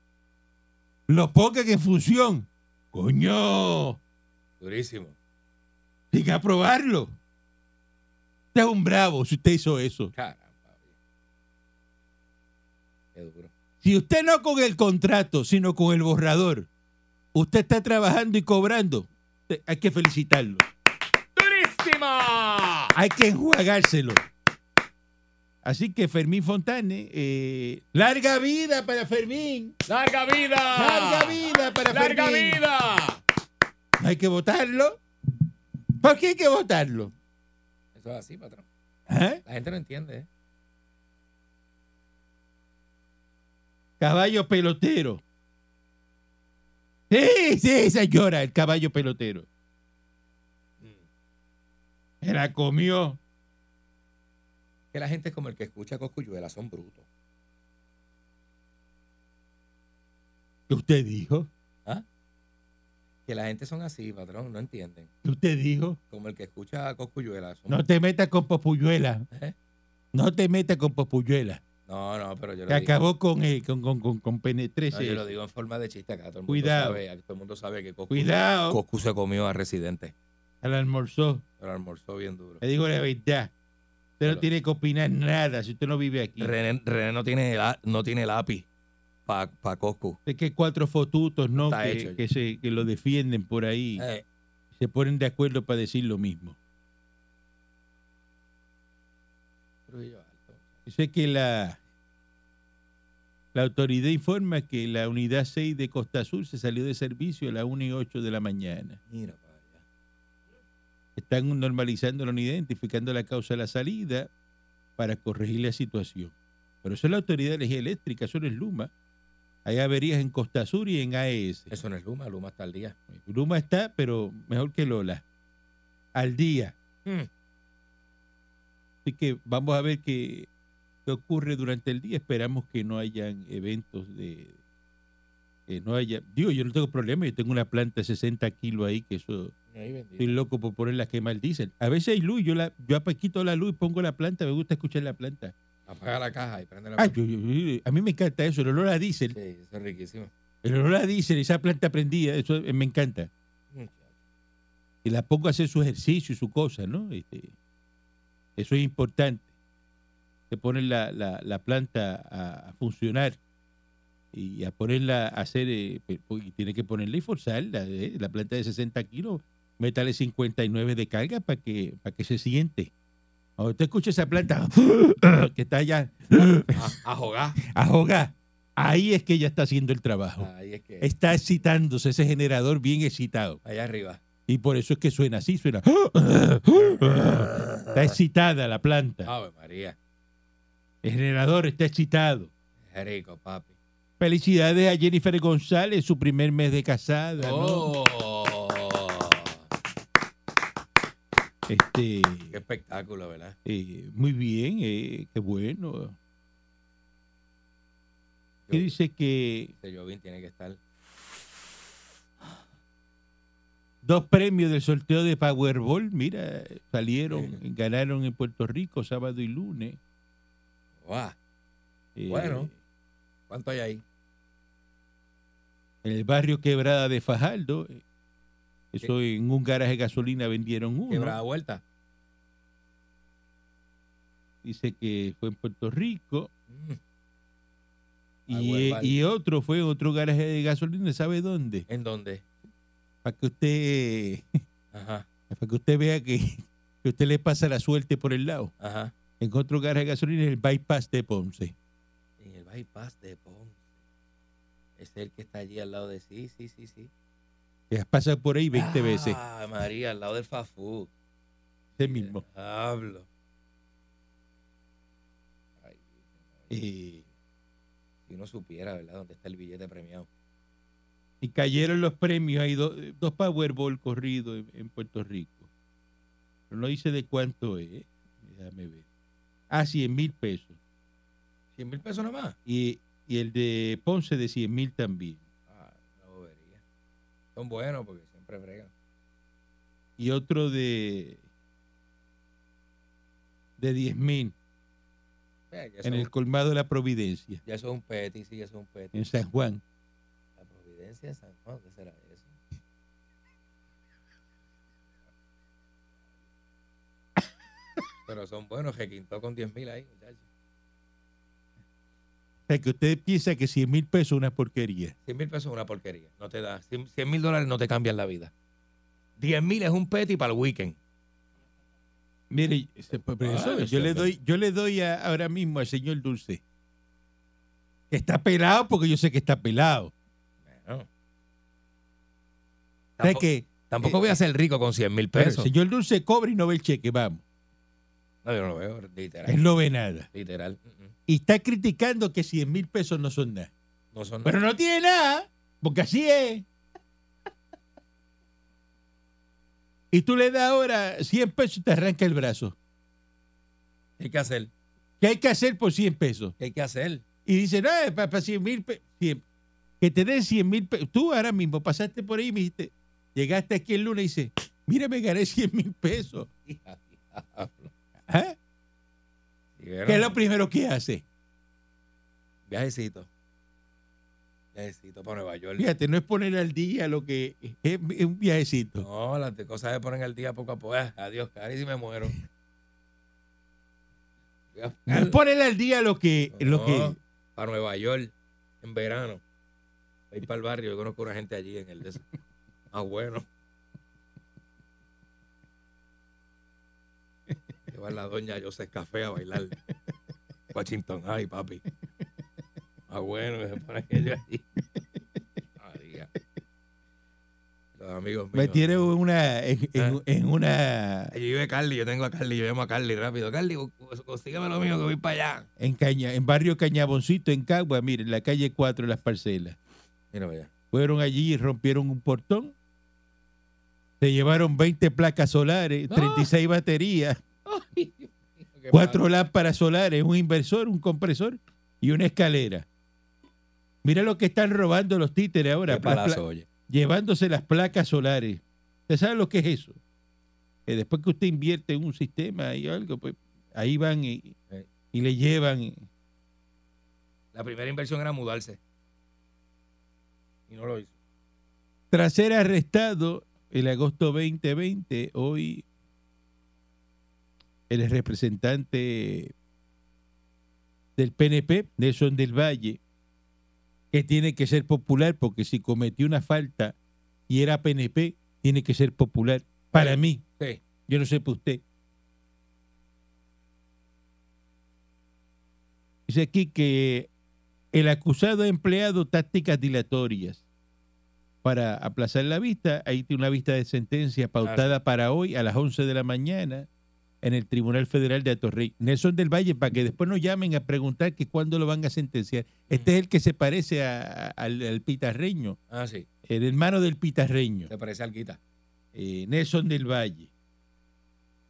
S1: lo pongan en función. Coño,
S2: Durísimo.
S1: hay que aprobarlo. Usted es un bravo si usted hizo eso.
S2: Caramba. Qué duro.
S1: Si usted no con el contrato, sino con el borrador, usted está trabajando y cobrando, te- hay que felicitarlo.
S2: ¡Durísima!
S1: Hay que enjuagárselo. Así que Fermín Fontane, eh, larga vida para Fermín.
S2: ¡Larga vida!
S1: Larga vida para
S2: ¡Larga
S1: Fermín.
S2: vida!
S1: No hay que votarlo. ¿Por qué hay que votarlo?
S2: Eso es así, patrón.
S1: ¿Ah?
S2: ¿eh? La gente no entiende. ¿eh?
S1: Caballo pelotero. Sí, sí, señora, el caballo pelotero. Se la comió.
S2: Que la gente como el que escucha Coscuyuela son brutos.
S1: ¿Qué usted dijo?
S2: Que la gente son así, patrón, no entienden.
S1: ¿Qué usted dijo?
S2: Como el que escucha Coscuyuela son
S1: No te metas con Popuyuela.
S2: ¿Eh?
S1: No te metas con Popuyuela.
S2: No, no, pero yo
S1: Que
S2: lo digo.
S1: acabó con, eh, con, con, con, con eh,
S2: No,
S1: Penetrece.
S2: yo lo digo en forma de chiste acá. Todo el mundo
S1: Cuidado.
S2: sabe, todo el mundo sabe que Coscu,
S1: Cuidado.
S2: Coscu se comió a Residente.
S1: Al almorzó.
S2: Pero almorzó bien duro.
S1: Le digo la verdad. Usted no
S2: Pero-
S1: tiene que opinar nada si usted no vive aquí.
S2: René, René no tiene la- no tiene lápiz para pa Coscu.
S1: Es que hay cuatro fotutos, ¿no?
S2: Está
S1: Que,
S2: hecho ya.
S1: que se, que lo defienden por ahí.
S2: Eh,
S1: Se ponen de acuerdo para decir lo mismo.
S2: Trujillo Alto.
S1: Sé que la, la autoridad informa que la unidad 6 de Costa Azul se salió de servicio a las 1 y 8 de la mañana.
S2: Mira para allá.
S1: Están normalizando la unidad, identificando la causa de la salida para corregir la situación. Pero eso es la autoridad de energía eléctrica, eso no es Luma. Hay averías en Costa Azul y en AES.
S2: Eso no es Luma, Luma está al día.
S1: Luma está, pero mejor que Lola. Al día.
S2: Mm.
S1: Así que vamos a ver qué, qué ocurre durante el día. Esperamos que no hayan eventos de... Que no haya... Digo, yo no tengo problema. Yo tengo una planta de 60 kilos ahí, que eso...
S2: Ay, bendito.
S1: Estoy loco por ponerla a quemar diésel. A veces hay luz. Yo, la, yo apa- quito la luz y pongo la planta. Me gusta escuchar la planta.
S2: Apaga la caja y prende la
S1: Ah, yo- yo- yo- a mí me encanta eso. El olor a diésel.
S2: Sí, eso es riquísimo.
S1: El olor a diésel, esa planta prendida. Eso eh, me encanta. y la pongo a hacer su ejercicio y su cosa, ¿no? Este, eso es importante. Se pone la, la- la planta a, a funcionar y a ponerla a hacer, eh, pe- pu- y tiene que ponerla y forzarla. ¿eh? La planta de 60 kilos, métale 59 de carga para que, para que se siente. Cuando usted escucha esa planta que está allá
S2: A, a jugar.
S1: ahoga, ahí es que ella está haciendo el trabajo.
S2: Ahí es que.
S1: Está excitándose ese generador bien excitado.
S2: Allá arriba.
S1: Y por eso es que suena así, suena. Está excitada la planta.
S2: Ave María.
S1: El generador está excitado.
S2: Es rico, papi.
S1: Felicidades a Jennifer González, su primer mes de casada. ¿no?
S2: Oh,
S1: Este,
S2: qué espectáculo, ¿verdad?
S1: eh, muy bien, eh, qué bueno. Que
S2: Yo-
S1: dice que
S2: Este Jovín tiene que estar.
S1: dos premios del sorteo de Powerball, mira, salieron, ganaron en Puerto Rico sábado y lunes.
S2: ¡Guau!
S1: Eh,
S2: Bueno. ¿Cuánto hay ahí?
S1: en el barrio Quebrada de Fajardo. eh, Eso en un garaje de gasolina vendieron uno.
S2: Quebrada vuelta.
S1: Dice que fue en Puerto Rico.
S2: Mm, Ah,
S1: Y,
S2: bueno,
S1: eh,
S2: vale.
S1: y otro fue en otro garaje de gasolina, ¿sabe dónde?
S2: ¿En dónde?
S1: Para que usted
S2: Ajá,
S1: para que usted vea que, que usted le pasa la suerte por el lado.
S2: ajá.
S1: En otro garaje de gasolina, el bypass de Ponce.
S2: En el bypass de Ponce. Es el que está allí al lado de sí, sí, sí, sí.
S1: Que pasa por ahí 20 veces.
S2: Ah, María, al lado del Fafú.
S1: Ese mismo.
S2: Hablo. Ay,
S1: Eh,
S2: si uno supiera, ¿verdad? Dónde está el billete premiado.
S1: y cayeron los premios. Hay do- dos Powerball corridos en, en Puerto Rico. Pero no dice de cuánto es. Déjame ver. Ah, 100 mil pesos.
S2: 100 mil pesos nomás.
S1: Y, y el de Ponce de 100 mil también.
S2: Ah, una bobería. Son buenos porque siempre fregan.
S1: y otro de de 10 mil
S2: Eh, ya, eso
S1: en
S2: es
S1: el
S2: un-
S1: colmado de la Providencia,
S2: ya eso es un peti, sí, ya eso es un peti.
S1: en San Juan.
S2: La Providencia de San Juan, ¿qué será eso? Pero son buenos, que quintó con 10 mil ahí, muchachos.
S1: O sea, que usted piensa que 100 mil pesos es una porquería.
S2: 100 mil pesos es una porquería. No te da. 100 mil dólares no te cambian la vida. 10 mil es un peti para el weekend.
S1: Mire, se- por eso,
S2: Ah,
S1: yo
S2: eso
S1: le
S2: es
S1: doy, yo le doy a- ahora mismo al señor Dulce, que está pelado porque yo sé que está pelado.
S2: Bueno.
S1: O sea,
S2: Tampo-
S1: que,
S2: tampoco voy a ser rico con 100 mil
S1: pero el
S2: pesos.
S1: Eh, señor Dulce cobra y no ve el cheque, vamos.
S2: No, yo no lo veo,
S1: Él
S2: literal.
S1: no ve nada.
S2: Literal. mm, mm.
S1: Y está criticando que 100 mil pesos no son nada.
S2: No son
S1: Pero no tiene nada, porque así es. Y tú le das ahora 100 pesos y te arranca el brazo.
S2: ¿Qué hay que hacer?
S1: ¿Qué hay que hacer por 100 pesos?
S2: ¿Qué hay que hacer?
S1: Y dice, no, es para 100 mil pesos. Que te den 100 mil pesos. Tú ahora mismo pasaste por ahí y me dijiste, llegaste aquí el lunes y dices, mira, me gané 100 mil pesos. ¿Ah? ¿Qué es lo primero que hace?
S2: Viajecito. Viajecito para Nueva York.
S1: Fíjate, no es poner al día lo que es, es un viajecito.
S2: No, las cosas se ponen al día poco a poco. Ah, Adiós, cari, si me muero. Voy a
S1: No es
S2: buscar-
S1: poner al día lo que, lo
S2: No,
S1: que
S2: Para Nueva York, en verano. Voy para el barrio, yo conozco una gente allí en el de Ah, bueno. Llevar la doña José Café a bailar. Washington ay papi. Ah, bueno, que se pone aquello allí. María. Los amigos
S1: me
S2: míos.
S1: tiene una, en, en-
S2: Ah.
S1: en una
S2: Allí vive Carly, yo tengo a Carly, yo llamo a Carly rápido. Carly, cons- consígueme lo mío que voy para allá.
S1: en caña, en barrio Cañaboncito, en Cagua, miren, la calle 4, las parcelas.
S2: Mira, vaya.
S1: Fueron allí y rompieron un portón. Se llevaron 20 placas solares, 36 baterías, cuatro lámparas solares, un inversor, un compresor y una escalera. Mira lo que están robando los títeres ahora.
S2: Qué
S1: pla- pla-
S2: palazo, oye.
S1: llevándose las placas solares. ¿Usted sabe lo que es eso? Que después que usted invierte en un sistema y algo, pues ahí van y,
S2: Eh.
S1: y le llevan.
S2: La primera inversión era mudarse. Y no lo hizo.
S1: Tras ser arrestado el agosto 2020, hoy el representante del PNP, Nelson del Valle, que tiene que ser popular porque si cometió una falta y era PNP, tiene que ser popular. Para
S2: Sí.
S1: mí,
S2: Sí.
S1: yo no sé para usted. Dice aquí que el acusado ha empleado tácticas dilatorias para aplazar la vista. Ahí tiene una vista de sentencia pautada para hoy a las 11 de la mañana en el Tribunal Federal de Atorrey. Nelson del Valle, para que después nos llamen a preguntar que cuándo lo van a sentenciar. Este es el que se parece a- a- al, al pitarreño,
S2: Ah, sí.
S1: el hermano del pitarreño,
S2: Te parece alguita.
S1: eh, Nelson del Valle.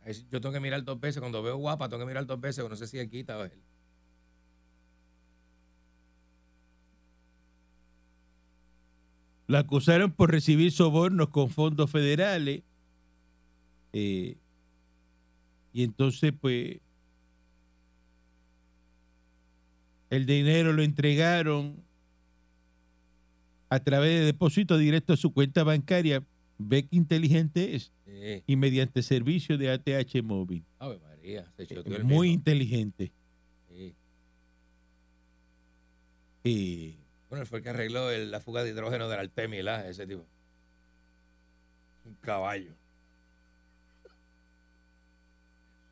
S2: Ahí sí, Yo tengo que mirar dos veces. Cuando veo guapa, tengo que mirar dos veces. porque No sé si es quita o es él.
S1: Lo acusaron por recibir sobornos con fondos federales. eh, y entonces, pues, el dinero lo entregaron a través de depósito directo a su cuenta bancaria. Ve qué inteligente es.
S2: Sí.
S1: Y mediante servicio de ATH móvil.
S2: Ave María. Se choteó
S1: Eh,
S2: el
S1: Muy
S2: mismo.
S1: inteligente.
S2: Sí.
S1: Eh,
S2: Bueno, él fue el que arregló el- la fuga de hidrógeno del Artemis, ¿la? ese tipo. Un caballo.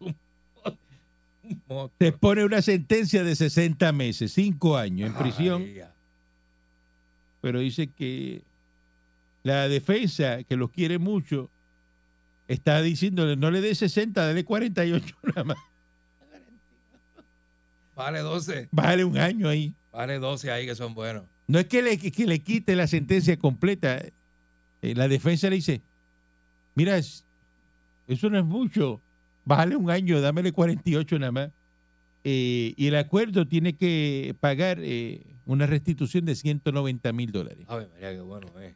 S2: Un mo- un
S1: se
S2: monstruo.
S1: pone una sentencia de 60 meses, 5 años en prisión.
S2: María.
S1: pero dice que la defensa, que los quiere mucho, está diciéndole, no le dé 60, dale 48 nada más.
S2: Vale 12.
S1: Bájale un año ahí.
S2: Vale 12 ahí que son buenos.
S1: No es que le, que le quite la sentencia completa. Eh, la defensa le dice, mira, es- eso no es mucho. Bájale un año, dámele 48 nada más. Eh, y el acuerdo tiene que pagar eh, una restitución de 190 mil dólares.
S2: Ave María, qué bueno, eh.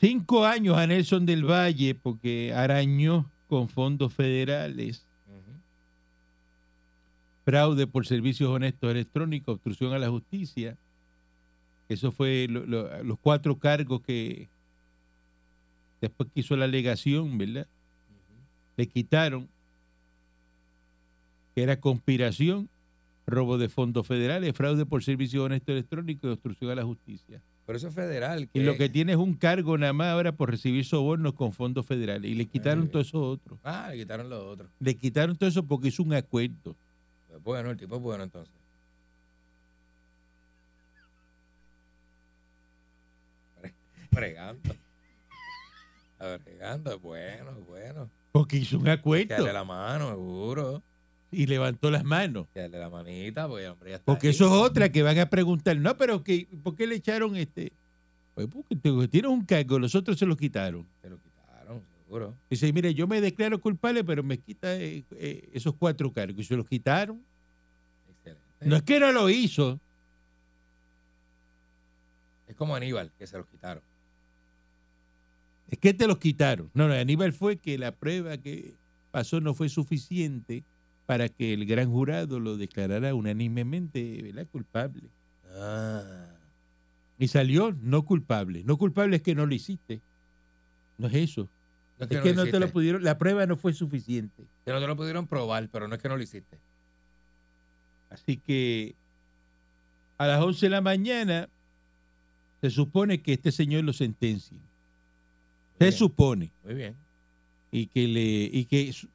S1: Cinco años a Nelson del Valle porque arañó con fondos federales,
S2: Ujú.
S1: fraude por servicios honestos electrónicos, obstrucción a la justicia. Eso fue lo- lo- los cuatro cargos que después que hizo la alegación, ¿verdad? Le quitaron, que era conspiración, robo de fondos federales, fraude por servicios honestos electrónicos y obstrucción a la justicia.
S2: Pero eso es federal.
S1: Y lo que tiene es un cargo nada más ahora por recibir sobornos con fondos federales. Y le quitaron
S2: bien.
S1: todo eso otro.
S2: Ah, le quitaron los otros.
S1: Le quitaron todo eso porque hizo un acuerdo.
S2: Pues bueno, el tipo es bueno entonces. Fre- Fregando. Está Fregando, es bueno, es bueno.
S1: Porque hizo un
S2: Hay Que darle
S1: acuerdo.
S2: la mano, seguro.
S1: y levantó las manos.
S2: Dale la manita, porque el hombre ya está
S1: Porque
S2: ahí.
S1: eso es otra que van a preguntar, no, pero que, ¿por qué le echaron este? Pues porque te- tiene un cargo, los otros se lo quitaron.
S2: Se lo quitaron, seguro.
S1: Dice, mire, yo me declaro culpable, pero me quita eh, eh, esos cuatro cargos. Y se los quitaron.
S2: Excelente.
S1: No es que no lo hizo.
S2: Es como Aníbal, que se los quitaron.
S1: Es que te los quitaron. No, no, Aníbal fue que la prueba que pasó no fue suficiente para que el gran jurado lo declarara unánimemente ¿verdad? culpable.
S2: Ah,
S1: Y salió no culpable. No culpable es que no lo hiciste. No es eso.
S2: no
S1: es que no te lo
S2: hiciste.
S1: pudieron, la prueba no fue suficiente.
S2: Que no te lo pudieron probar, pero no es que no lo hiciste.
S1: Así que a las 11 de la mañana se supone que este señor lo sentencien. Se
S2: bien.
S1: supone.
S2: Muy bien.
S1: y que le y que su-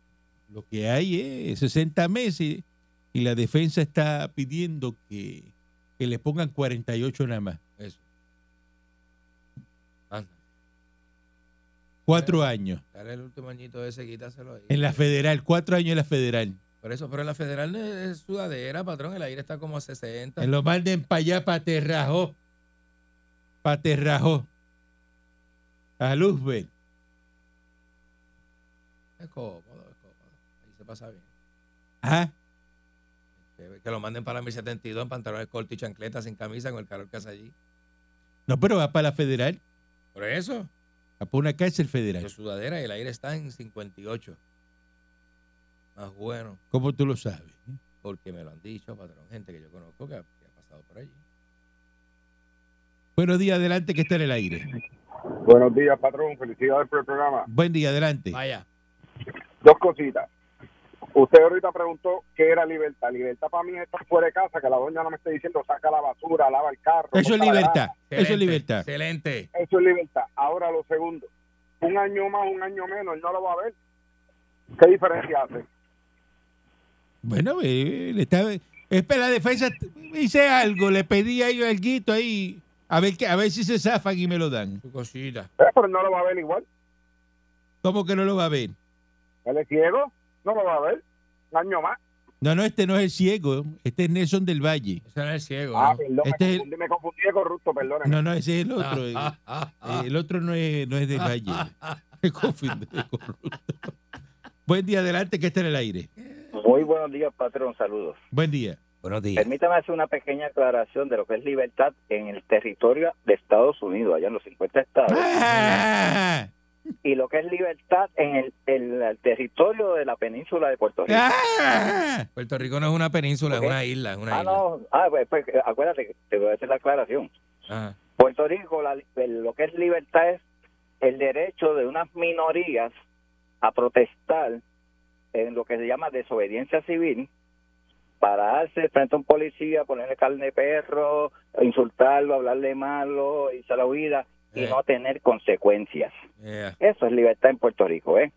S1: lo que hay es 60 meses y la defensa está pidiendo que, que le pongan 48 nada más,
S2: Eso. Anda,
S1: cuatro años
S2: dale el último añito ese, quítaselo ahí.
S1: en la federal, cuatro años en la federal.
S2: Por eso, pero en la federal es es sudadera, patrón. El aire está como a 60.
S1: En lo manden para allá, para Terrajó. Para Terrajó. A Luzbel.
S2: Es cómodo, es cómodo. Ahí se pasa bien.
S1: Ajá.
S2: Que, que lo manden para 1072 en pantalones cortos y chancletas sin camisa con el calor que hace allí.
S1: No, pero va para la federal,
S2: Por eso,
S1: va para una cárcel
S2: yo
S1: federal.
S2: sudadera y el aire está en 58. Más bueno,
S1: ¿Cómo tú lo sabes?
S2: porque me lo han dicho, patrón. Gente que yo conozco que ha, que ha pasado por allí.
S1: Buenos días, adelante, que está en el aire.
S4: Buenos días, patrón. Felicidades por el programa.
S1: Buen día, adelante.
S2: Vaya,
S4: Dos cositas. Usted ahorita preguntó qué era libertad. Libertad para mí es estar fuera de casa, que la doña no me esté diciendo saca la basura, lava el carro.
S1: Eso
S4: corta
S1: es
S4: la
S1: libertad. Eso
S2: excelente,
S1: es libertad.
S2: Excelente.
S4: grama. Eso es libertad. Ahora lo segundo. Un año más, un año menos, él no lo va a ver. ¿Qué diferencia hace?
S1: Bueno, eh, le estaba. Es que la defensa hice algo, le pedí a ellos algo ahí, a ver, que, a ver si se zafan y me lo dan.
S2: Su cosita.
S4: Eh, pero él no lo va a ver igual.
S1: ¿Cómo que no lo va a ver?
S4: Él es ciego, no lo va a ver. Un año más.
S1: No, no, este no es el ciego, este es Nelson del Valle.
S2: Eso era el ciego.
S4: Ah,
S2: ¿no?
S4: perdón,
S1: Este es
S4: me,
S1: el-
S4: confundí, me confundí de corrupto, perdóneme.
S1: No, no, ese es el otro. eh,
S2: Ah, ah, ah,
S1: eh, el otro no es, no es del Valle. Me confundí de corrupto. Buen día, adelante, que está en el aire.
S6: Muy buenos días, patrón. Saludos.
S1: Buen día.
S2: Buenos días.
S6: Permítame hacer una pequeña aclaración de lo que es libertad en el territorio de Estados Unidos, allá en los 50 estados,
S1: ¡Ah!
S6: y lo que es libertad en el, en el territorio de la península de Puerto Rico.
S1: ¡Ah!
S2: Puerto Rico no es una península,
S6: Ok.
S2: es una isla. Es una
S6: Ah,
S2: isla.
S6: no, ah, pues, pues, acuérdate, que te voy a hacer la aclaración.
S2: Ajá.
S6: Puerto Rico, la- el- lo que es libertad es el derecho de unas minorías a protestar en lo que se llama desobediencia civil, pararse frente a un policía, ponerle carne de perro, insultarlo, hablarle malo, irse a la huida y
S2: Eh.
S6: no tener consecuencias.
S2: Yeah.
S6: Eso es libertad en Puerto Rico, ¿eh?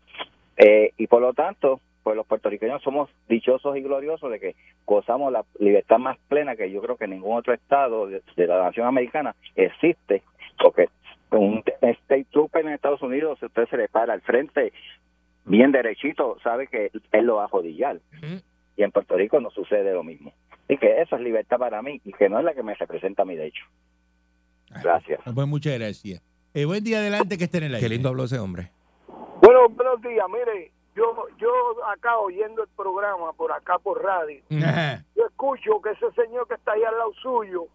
S6: Eh, Y por lo tanto, pues los puertorriqueños somos dichosos y gloriosos de que gozamos la libertad más plena que yo creo que ningún otro estado de, de la nación americana existe, porque un state trooper en Estados Unidos, si usted se le para al frente bien derechito, sabe que él lo va a jodillar.
S2: Ujú.
S6: Y en Puerto Rico no sucede lo mismo. Así que eso es libertad para mí y que no es la que me representa a mí, de hecho. Gracias.
S1: Ah, Pues muchas gracias. Eh, buen día, adelante, que está en el aire.
S2: Qué lindo habló ese hombre.
S5: Bueno, buenos días. Mire, yo, yo acá oyendo el programa por acá por radio,
S1: Ajá.
S5: yo escucho que ese señor que está ahí al lado suyo,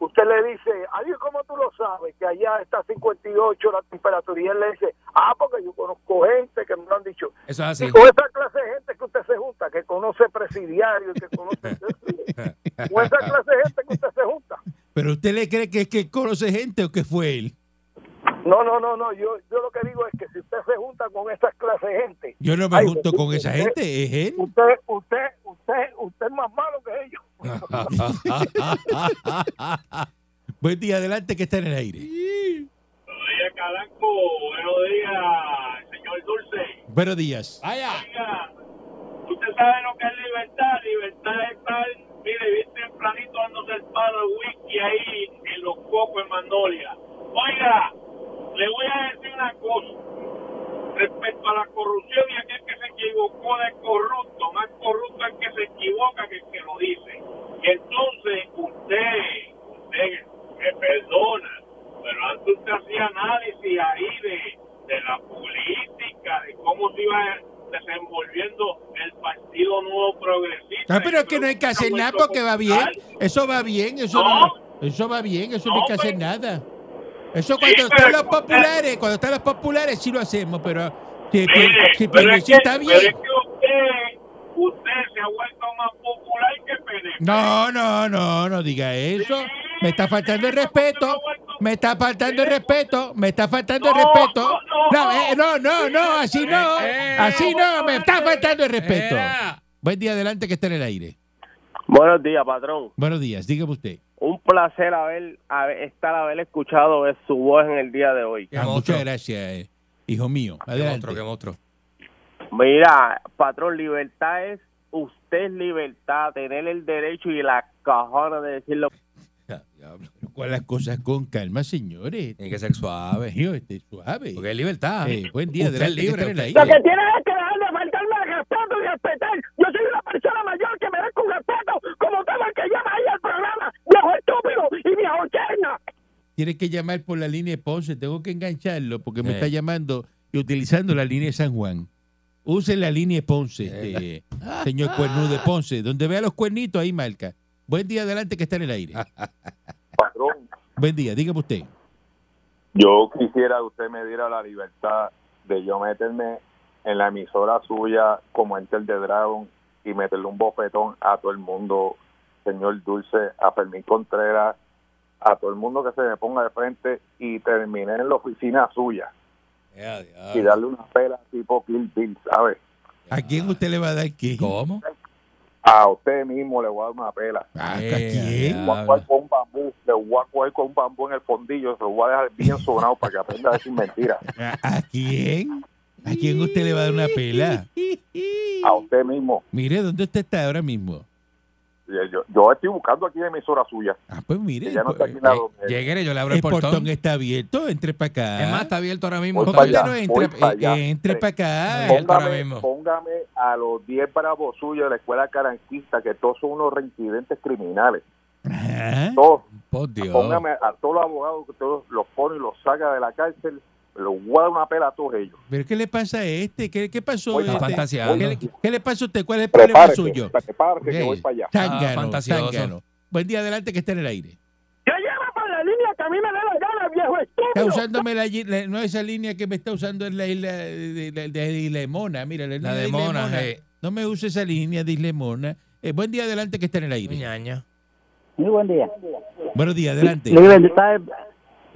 S5: usted le dice, ay, ¿cómo tú lo sabes? Que allá está 58 la temperatura. Y él le dice, ah, porque yo conozco gente que me lo han dicho.
S2: Eso es así.
S5: Y con esa clase de gente que usted se junta, que conoce presidiarios, que conoce... con esa clase de gente que usted se junta.
S1: Pero usted le cree que es que conoce gente o que fue él.
S5: No, no, no, no. Yo, yo lo que digo es que si usted se junta con esas clases de gente,
S1: Yo no me
S5: Ay,
S1: junto con esa
S5: usted-
S1: gente, es él.
S5: usted, usted, usted, usted es más malo que ellos.
S1: Buen día, adelante, que está en el aire.
S3: Oye, Calanco, buenos días, señor Dulce.
S1: Buenos días.
S2: Vaya.
S3: Oiga, usted sabe lo que es libertad. Libertad es estar, mire, bien tempranito dándose el palo de whisky ahí en los cocos en Magnolia. Oiga, le voy a decir una cosa respecto a la corrupción y aquel que se equivocó de corrupto, más corrupto el que se equivoca que el que lo dice. Entonces, usted, usted me perdona, pero antes usted hacía análisis ahí de, de la política, de cómo se iba desenvolviendo el Partido Nuevo Progresista.
S1: Ah, pero es que no hay que hacer nada porque va bien. Eso va bien, eso no- eso va bien, eso no hay que hacer nada. Eso cuando
S3: Sí,
S1: están
S3: pero
S1: los
S3: escucha.
S1: populares, cuando están los populares sí lo hacemos, pero si,
S3: Mire,
S1: si
S3: pero es
S1: Pierluisi
S3: que-
S1: está
S3: pero
S1: bien.
S3: es que usted, usted se ha vuelto más popular que PNP.
S1: No, no, no, no diga eso. Me está faltando el respeto. Me está faltando el respeto. Me está faltando el
S3: No,
S1: respeto.
S3: no,
S1: No, eh, no, no, no, así no.
S2: Eh, eh.
S1: Así no, me está faltando el respeto.
S8: Eh.
S2: Era.
S1: Buen día adelante que está en el aire.
S8: Buenos días, patrón.
S1: Buenos días, dígame usted.
S8: Un placer haber, haber- estar haber escuchado es- su voz en el día de hoy.
S2: Qué
S1: Ah,
S2: monstruo.
S1: muchas gracias, eh, hijo mío.
S2: Qué
S1: Adelante.
S2: monstruo, qué monstruo.
S8: Mira, patrón, libertad es usted es libertad, tener el derecho y la cajona de decirlo.
S2: Ya, diablo.
S1: Con las cosas con calma, señores.
S2: Tiene que ser suave.
S1: Dios, este, suave.
S2: Porque es libertad.
S1: Eh, buen día,
S2: Usted es
S1: adelante, que está
S2: libre.
S1: en el
S2: usted-
S1: aire.
S5: que tienes es que dejar de faltarme al respeto y respetar. Yo soy una persona mayor que merezco un respeto, como todo el que llama ahí al programa, viejo estúpido y viejo cherna.
S1: Tienes que llamar por la línea de Ponce. Tengo que engancharlo porque me
S2: Eh.
S1: está llamando y utilizando la línea de San Juan. Use la línea de Ponce, este, señor cuernudo de Ponce. Donde vea los cuernitos, ahí marca. Buen día, adelante, que está en el aire.
S9: Patrón,
S1: Buen día, dígame usted.
S9: yo quisiera que usted me diera la libertad de yo meterme en la emisora suya como Enter the Dragon y meterle un bofetón a todo el mundo, señor Dulce, a Fermín Contreras, a todo el mundo que se me ponga de frente y terminar en la oficina suya
S2: Ya,
S9: y
S2: diablo.
S9: darle una pela tipo Kill Bill, ¿sabe?
S1: ¿A quién usted le va a dar qué?
S2: ¿Cómo?
S9: A usted mismo le voy a dar una pela.
S1: Ah, ¿A
S2: Eh,
S1: quién?
S9: Le voy a coger con un bambú, le voy a coger con un bambú en el fondillo, se lo voy a dejar bien sonado para que aprenda a decir mentiras.
S1: ¿A- ¿A quién? ¿A quién usted le va a dar una pela?
S9: A usted mismo.
S1: Mire, ¿dónde usted está ahora mismo?
S9: Yo, yo estoy buscando aquí en emisora suya.
S1: Ah, pues mire,
S9: que ya no está
S1: pues,
S9: aquí la donde-
S2: Llegué, yo le abro
S1: el
S2: el portón.
S1: portón está abierto, entre para acá.
S2: Es más, está abierto ahora mismo.
S9: Voy
S2: está
S9: para
S1: Usted
S9: allá,
S2: abierto.
S1: no
S9: voy para allá.
S1: entre, eh, entre para acá. eh,
S2: Abierto ahora
S9: póngame,
S2: mismo.
S9: póngame a los 10 bravos suyos de la escuela caranquista, que todos son unos reincidentes criminales.
S1: Ajá.
S9: Todos,
S2: Por Dios.
S9: póngame a todos los abogados que todos los pone y los saca de la cárcel, los guarda una pela a todos ellos.
S1: ¿Pero qué le pasa a este? ¿Qué, qué pasó?
S9: Oiga,
S1: este?
S2: fantaseando.
S1: ¿Qué, le, qué le pasa a usted? ¿Cuál es el problema
S9: Prepárate,
S1: suyo?
S9: prepárate que
S1: Ok.
S9: voy para allá.
S1: Tángano,
S2: Ah, fantasioso.
S1: tángano. Buen día, adelante, que está en el aire.
S5: Yo llevo por la línea que a mí me da la gana, viejo
S1: Está
S5: estúpido.
S1: usándome la, yi- la- no esa línea que me está usando es la isla de, de- de Islemona. Mira, la,
S2: La
S1: línea de
S2: de Mona,
S1: Islemona.
S2: eh.
S1: No me use esa línea de Islemona. Eh, buen día, adelante, que está en el aire.
S2: Ñaña.
S8: Muy buen día.
S1: Buenos días, adelante.
S8: Libertad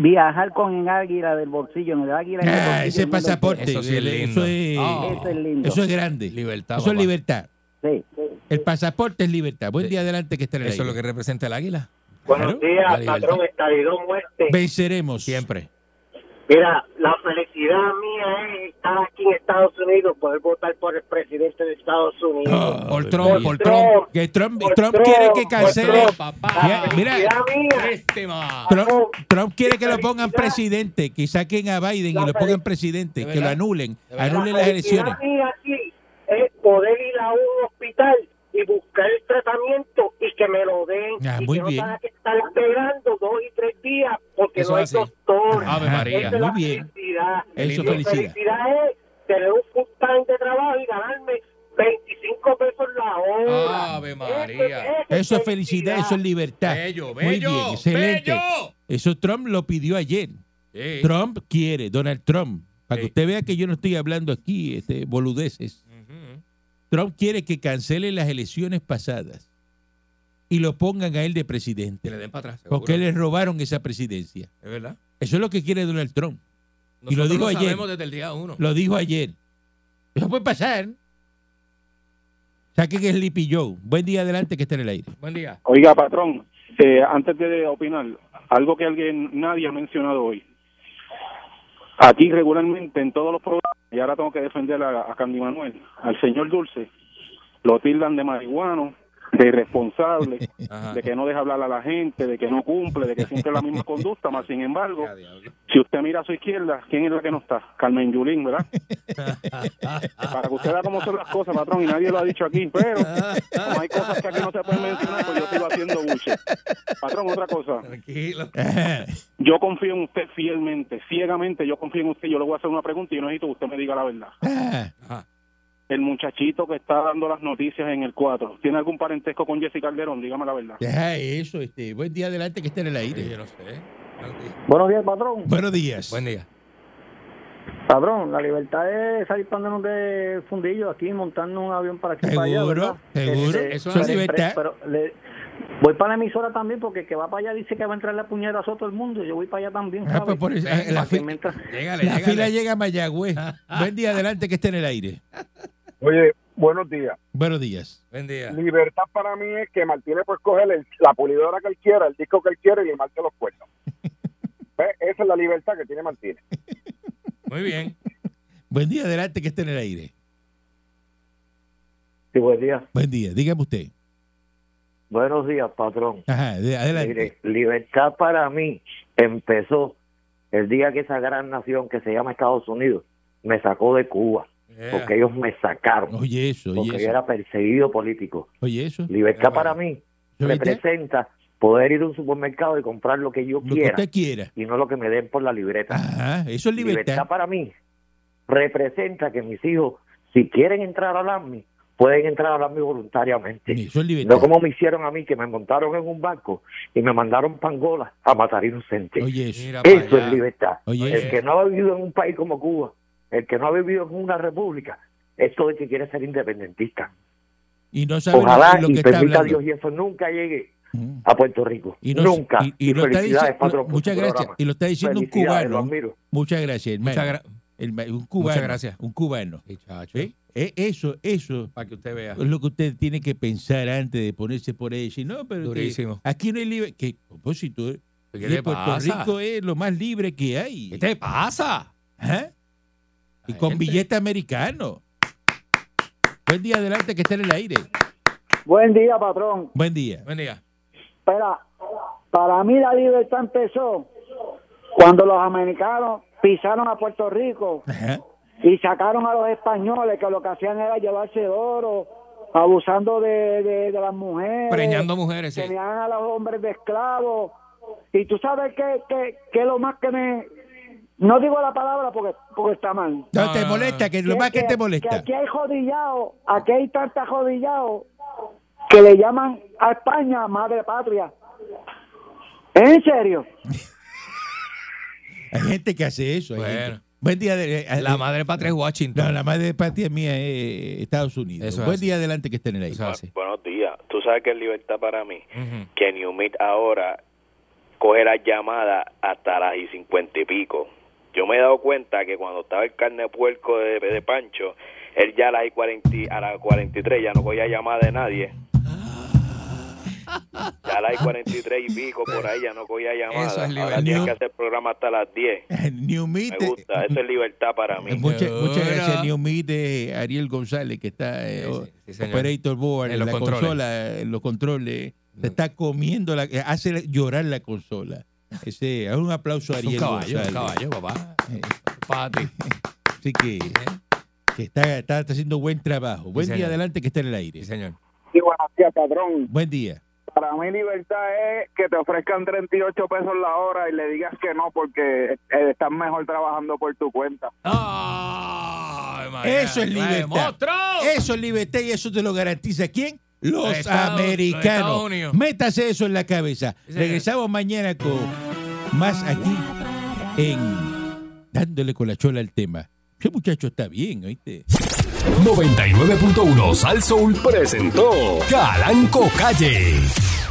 S8: viajar con el águila del bolsillo, en el águila
S1: Ah, ese pasaporte. eh,
S2: Eso sí es
S1: Eso
S2: lindo.
S1: es,
S2: Ah. Eso es
S8: lindo.
S1: eso es grande.
S2: Libertad.
S1: Eso es
S2: papá.
S1: libertad.
S8: Sí.
S1: El pasaporte es libertad. Buen
S2: Sí.
S1: día, adelante, que está en el
S2: Eso es lo
S1: aire.
S2: que representa el águila.
S1: Buenos
S2: días, La libertad. patrón,
S5: estadidón muerte.
S1: Venceremos.
S2: Siempre.
S5: este, Mira, la felicidad mía es estar aquí en Estados Unidos, poder votar por el presidente de Estados Unidos.
S1: Ah,
S2: Por Trump, por Trump.
S5: Trump,
S1: Que Trump,
S5: Por
S1: Trump
S5: Trump,
S1: quiere que
S5: por
S1: cancele.
S5: Trump.
S1: Ya,
S6: Ah,
S5: la
S1: mira,
S5: felicidad mía,
S2: Lástima.
S1: Trump,
S5: Trump.
S1: Trump quiere que lo pongan
S5: Felicidad.
S1: presidente, que saquen a Biden y
S5: La
S1: lo pongan
S5: felicidad.
S1: presidente,
S2: ¿De
S1: que lo
S2: verdad?
S1: anulen,
S2: ¿De verdad?
S1: anulen las elecciones.
S5: La felicidad mía aquí es poder ir a un hospital y buscar el tratamiento y que me lo den.
S1: Ah,
S5: y
S1: muy
S5: que
S1: bien.
S5: no tenga que estar esperando dos y tres días porque
S2: Eso
S5: no hay
S2: es así.
S5: doctor.
S2: Ave
S1: Ajá.
S2: María.
S5: Esa
S8: Este
S5: es la
S1: Ah, muy bien.
S5: felicidad.
S1: Eso
S5: Mi
S1: felicidad.
S5: felicidad es tener un full time de trabajo y ganarme 25 pesos la hora.
S2: Ave
S5: Eso es-
S2: María.
S5: eso
S1: Ah, Eso es felicidad, eso es libertad.
S2: Bello,
S1: Muy
S2: bello.
S1: bien, excelente.
S2: Bello.
S1: Eso Trump lo pidió ayer.
S2: Sí.
S1: Trump quiere, Donald Trump, para que
S2: Sí.
S1: usted vea que yo no estoy hablando aquí este, boludeces.
S2: Ujú.
S1: Trump quiere que cancelen las elecciones pasadas y lo pongan a él de
S2: Que le
S1: presidente,
S2: den para atrás. seguro.
S1: porque le robaron esa presidencia.
S2: Es verdad.
S1: Eso es lo que quiere Donald Trump. Y lo
S2: Nosotros
S1: dijo ayer.
S2: sabemos desde el día uno.
S1: Lo dijo ayer. Eso puede pasar. Saquen Sleepy Joe. Buen día adelante que está en el aire.
S2: Buen día.
S7: Oiga, patrón, eh, antes de opinar, algo que alguien, nadie ha mencionado hoy. Aquí regularmente en todos los programas, y ahora tengo que defender a, a Candy Manuel, al señor Dulce, lo tildan de marihuano, de irresponsable,
S8: Uh-huh.
S7: de que no deja hablar a la gente, de que no cumple, de que siempre es la misma conducta, más sin embargo, si usted mira a su izquierda, ¿quién es la que no está? Carmen Yulín, ¿verdad? Para que usted vea cómo son las cosas, patrón, y nadie lo ha dicho aquí, pero como hay cosas que aquí no se pueden mencionar, pues yo sigo haciendo buche. Patrón, otra cosa.
S2: Tranquilo.
S7: Yo confío en usted fielmente, ciegamente, yo confío en usted, yo le voy a hacer una pregunta y yo necesito que usted me diga la verdad. El muchachito que está dando las noticias en el 4, ¿tiene algún parentesco con Jesse Calderón? Dígame la verdad.
S1: Deja eso, este. Buen día adelante que esté en el aire.
S2: Yo no sé.
S10: Buenos días, patrón.
S1: Buenos días.
S2: Buen día.
S10: Patrón, la libertad es salir pándonos de fundillo aquí, montando un avión para aquí para allá. ¿verdad? Eh,
S1: Seguro, seguro. Eso es
S10: pero-
S1: libertad.
S10: Pero, le- voy para la emisora también porque el que va para allá dice que va a entrar la puñera a todo el mundo. Yo voy para allá también.
S1: Ah,
S10: ¿sabes?
S1: pues por eso, eh, la
S10: Para que
S1: fi-
S10: mientras-
S2: Llegale,
S1: La fila llega a Mayagüez. Buen día adelante que esté en el aire.
S11: Oye, buenos días.
S1: Buenos días.
S2: Buen día.
S11: Libertad para mí es que Martínez
S4: pues
S11: puede coger el- la pulidora que él quiera, el disco que él quiera y le marque los cuernos. ¿Ves? Esa es la libertad que tiene Martínez.
S2: Muy bien.
S1: Buen día adelante que esté en el aire.
S10: Sí, buen día.
S1: Buen día. Dígame usted.
S10: Buenos días, patrón.
S1: Ajá, de- adelante.
S10: Mire, libertad para mí empezó el día que esa gran nación que se llama Estados Unidos me sacó de Cuba, porque ellos me sacaron,
S1: Eh. Oye eso, oye
S10: porque yo
S1: eso. Ah.
S10: era perseguido político.
S1: Oye eso.
S10: Libertad para mí
S1: ¿Lo viste?
S10: representa poder ir a un supermercado y comprar lo que yo
S1: Lo que
S10: quiera
S1: usted quiera.
S10: y no lo que me den por la libreta.
S1: Ajá, eso es libertad.
S10: para mí representa que mis hijos, si quieren entrar al AMI, pueden entrar al AMI voluntariamente.
S1: Eso es libertad.
S10: No como me hicieron a mí, que me montaron en un barco y me mandaron pangola a matar inocentes.
S1: Oye eso.
S2: Mira para
S10: Eso
S2: allá.
S10: es libertad.
S1: Oye,
S10: el que no ha vivido en un país como Cuba, el que no ha vivido en una república, esto de que quiere ser independentista.
S1: Y no sabe
S10: Ojalá
S1: lo que
S10: y
S1: está
S10: permita
S1: hablando.
S10: a Dios y eso nunca llegue
S1: Mm.
S10: a Puerto Rico.
S1: Y no-
S10: nunca.
S1: y- y lo está
S10: felicidades,
S1: dici-
S10: patrón, por
S1: muchas
S10: su
S1: gracias.
S10: programa.
S1: Y lo está diciendo un
S10: Felicidades,
S1: cubano.
S10: lo admiro.
S1: Muchas gracias, hermano.
S2: Muchas gra-
S1: Herma- un cubano.
S2: gracias.
S1: Un cubano.
S2: Sí, chacho.
S1: ¿Sí? Eh, Eso, eso
S2: Para que usted vea.
S1: es lo que usted tiene que pensar antes de ponerse por ahí y decir, no, pero que
S2: Durísimo.
S1: aquí no hay libre. Que, a propósito, eh,
S2: ¿Qué
S1: que
S2: te
S1: Puerto
S2: pasa?
S1: Rico es lo más libre que hay.
S2: ¿Qué te pasa?
S1: Ajá. Y
S2: La
S1: con
S2: gente.
S1: billete americano. Buen día, adelante, que está en el aire.
S10: Buen día, patrón.
S1: Buen día.
S2: Buen día.
S10: Espera, para mí la libertad empezó cuando los americanos pisaron a Puerto Rico
S1: Ajá.
S10: y sacaron a los españoles que lo que hacían era llevarse oro, abusando de, de- de las mujeres,
S2: Preñando mujeres, sí.
S10: tenían a los hombres de esclavos. Y tú sabes que, que, que lo más que me... No digo la palabra porque, porque está mal.
S1: No,
S2: No,
S8: Este
S1: te
S2: no, no,
S1: molesta,
S2: no.
S1: que lo más que, te molesta.
S10: que aquí hay jodillao, aquí hay tanta jodillao que le llaman a España madre patria. ¿En serio?
S1: Hay gente que hace eso. hay
S2: Bueno.
S1: gente. Buen día. De, eh,
S2: La
S1: eh,
S2: madre patria es Washington.
S1: No, la madre de patria mía es eh, Estados Unidos.
S2: Eso es
S1: Buen
S2: así.
S1: día adelante que estén en el aire.
S2: Eso es así.
S12: Buenos días. Tú sabes que es libertad para mí.
S2: Ujú.
S12: Que New Meet ahora coge las llamadas hasta las y cincuenta y pico. Yo me he dado cuenta que cuando estaba el carne de puerco de, de Pancho, él ya a las, y 40, a las 43 ya no cogía llamada de nadie. Ya a las y 43 y pico por ahí ya no cogía llamada.
S2: Eso es
S12: Ahora tienes
S1: libertad.
S12: que hacer programa hasta las 10.
S1: New Meet.
S12: Me gusta, eso es libertad para mí.
S1: Muchas, Eh, muchas
S2: Ahora.
S1: gracias, New Meet de Ariel González, que está eh,
S2: Sí,
S1: o-
S2: sí, sí, señor.
S1: Operator Board,
S2: En
S1: en
S2: los
S1: la
S2: controles.
S1: consola, en los controles. Se está comiendo, la, eh, hace llorar la consola. Ese, un aplauso a
S2: Es un
S1: Ariel
S2: caballo,
S1: González.
S2: un caballo, papá. Para ti.
S1: Así que, que está, está haciendo buen trabajo. Buen día
S2: señor.
S1: adelante que esté en el aire.
S2: Sí, señor.
S4: Sí, buenos días, patrón.
S1: Buen día.
S4: Para mí libertad es que te ofrezcan 38 pesos la hora y le digas que no porque eh, estás mejor trabajando por tu cuenta.
S2: Ah, ¡Ay, María!
S1: Eso es libertad.
S2: ¡Ay, ¡Monstruo!
S1: Eso es libertad y eso te lo garantiza quién? Los
S2: Estados- los Estados
S1: americanos.
S2: Unidos.
S1: Métase eso en la cabeza.
S2: Sí, señor.
S1: Regresamos mañana con más aquí en Dándole con la chola al tema. Ese muchacho está bien, ¿oíste?
S13: 99.1 Sal Soul presentó Calanco Calle.